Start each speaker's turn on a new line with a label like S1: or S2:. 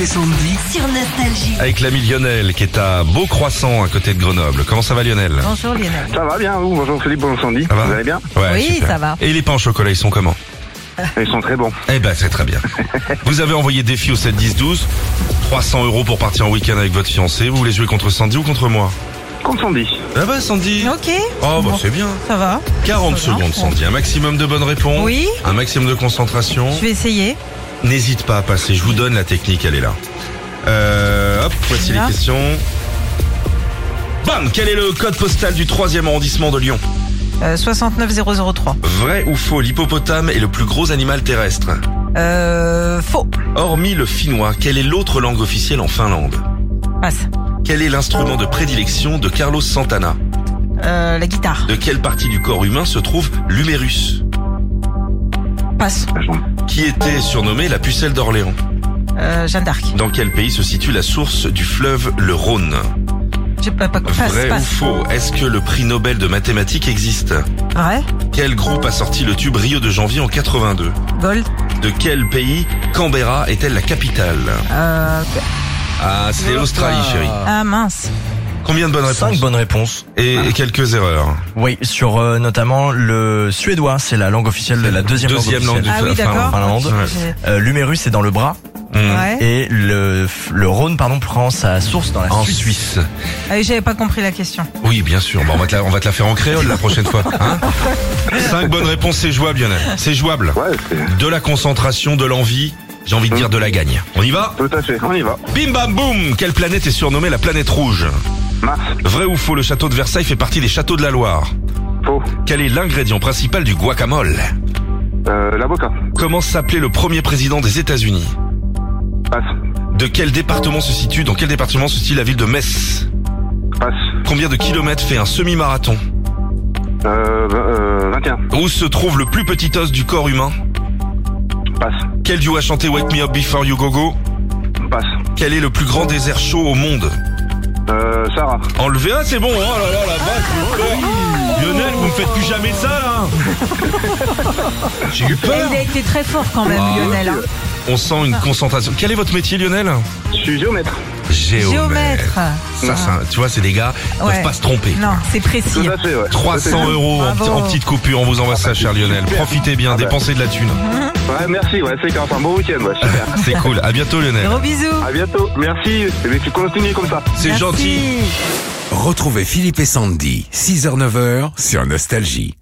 S1: et Sandy
S2: sur Nostalgie.
S3: Avec l'ami Lionel qui est à Beaucroissant à côté de Grenoble. Comment ça va Lionel
S4: Bonjour Lionel.
S5: Ça va bien, vous Bonjour Philippe, bonjour Sandy.
S3: Ça va
S5: Vous allez bien
S3: Ouais,
S4: Oui, ça va.
S3: Et les pains au chocolat, ils sont comment
S5: Ils sont très bons.
S3: Eh ben c'est très bien. Vous avez envoyé défi au 7 10 12 300 euros pour partir en week-end avec votre fiancé. Vous voulez jouer contre Sandy ou contre moi
S5: Comme Sandy.
S3: Ah bah Sandy
S4: Ok.
S3: Oh bah
S4: Bon,
S3: c'est bien.
S4: Ça va
S3: 40
S4: Ça va.
S3: secondes Sandy, un maximum de bonnes réponses,
S4: Oui.
S3: un maximum de concentration.
S4: Je vais essayer.
S3: N'hésite pas à passer, je vous donne la technique, elle est là. Euh, hop, voici
S4: Là.
S3: les questions. Bam Quel est le code postal du 3e arrondissement de Lyon
S4: Euh, 69003.
S3: Vrai ou faux, l'hippopotame est le plus gros animal terrestre
S4: Euh, faux.
S3: Hormis le finnois, quelle est l'autre langue officielle en Finlande
S4: Passe.
S3: Quel est l'instrument de prédilection de Carlos Santana
S4: Euh, la guitare.
S3: De quelle partie du corps humain se trouve l'humérus
S4: Passe.
S3: Qui était surnommée la pucelle d'Orléans
S4: Euh, Jeanne d'Arc.
S3: Dans quel pays se situe la source du fleuve le Rhône
S4: J'ai pas, pas- passe,
S3: Vrai ou
S4: passe.
S3: faux Est-ce que le prix Nobel de mathématiques existe
S4: Vrai.
S3: Quel groupe a sorti le tube Rio de janvier en 82
S4: Gold.
S3: De quel pays Canberra est-elle la capitale
S4: Euh,
S3: Ah, c'est l'Australie, chérie.
S4: ah mince.
S3: Combien de bonnes réponses
S6: Cinq bonnes réponses.
S3: et, et quelques erreurs.
S6: Oui, sur euh, notamment le suédois, c'est la langue officielle de la deuxième,
S3: Deuxième
S6: langue
S3: langue
S6: officielle.
S4: Ah oui,
S3: enfin,
S4: d'accord.
S6: Finlande.
S4: J'ai-
S6: Euh, L'humérus est dans le bras
S3: Mmh.
S4: Ouais.
S6: et le, le Rhône pardon prend sa source dans la
S3: En
S6: Suisse.
S3: Suisse.
S4: Ah oui, J'avais pas compris la question.
S3: Oui, bien sûr. Bon, on, va te la, on va te la faire en créole la prochaine fois. Hein Cinq bonnes réponses, c'est jouable, Lionel. C'est jouable.
S5: Ouais, c'est
S3: De la concentration, de l'envie, j'ai envie de dire de la gagne. On y va
S5: tout à fait. On y va.
S3: Bim bam boum Quelle planète est surnommée la planète rouge
S5: Mars,
S3: Vrai ou faux, le château de Versailles fait partie des châteaux de la Loire.
S5: faux.
S3: Quel est l'ingrédient principal du guacamole
S5: Euh, L'avocat,
S3: Comment s'appelait le premier président des États-Unis
S5: passe,
S3: De quel département se situe dans quel département se situe la ville de Metz
S5: passe.
S3: Combien de kilomètres fait un semi-marathon
S5: Euh, v- euh, 21,
S3: Où se trouve le plus petit os du corps humain
S5: passe,
S3: Quel duo a chanté Wake Me Up Before You Go Go
S5: passe.
S3: Quel est le plus grand désert chaud au monde
S5: Euh, Sarah,
S3: Enlevé un, c'est bon. Oh là là, la vache. Lionel, vous me faites plus jamais ça là. J'ai eu
S4: Et
S3: peur.
S4: il a été très fort quand même,
S3: Ah.
S4: Lionel. hein.
S3: On sent une concentration. Quel est votre métier, Lionel
S5: je suis géomètre.
S4: Géomètre.
S3: Ça, c'est un- tu vois, c'est des gars qui
S4: Ouais.
S3: peuvent pas se tromper.
S4: Non, c'est
S5: Tout
S4: précis.
S5: à fait, ouais.
S3: 300 euros en,
S4: Bravo.
S3: en petite coupure, on vous envoie ça, cher Lionel. Profitez bien,
S5: Ah bah.
S3: dépensez de la thune.
S5: Ouais, merci, ouais, c'est grave. Un bon week-end, ouais, super.
S3: C'est cool. À bientôt, Lionel.
S4: Gros bisous.
S5: à bientôt, merci. Et bien, tu continues comme ça.
S3: Ah, C'est
S4: Merci.
S3: gentil.
S1: Retrouvez Philippe et Sandy, 6h-9h sur Nostalgie.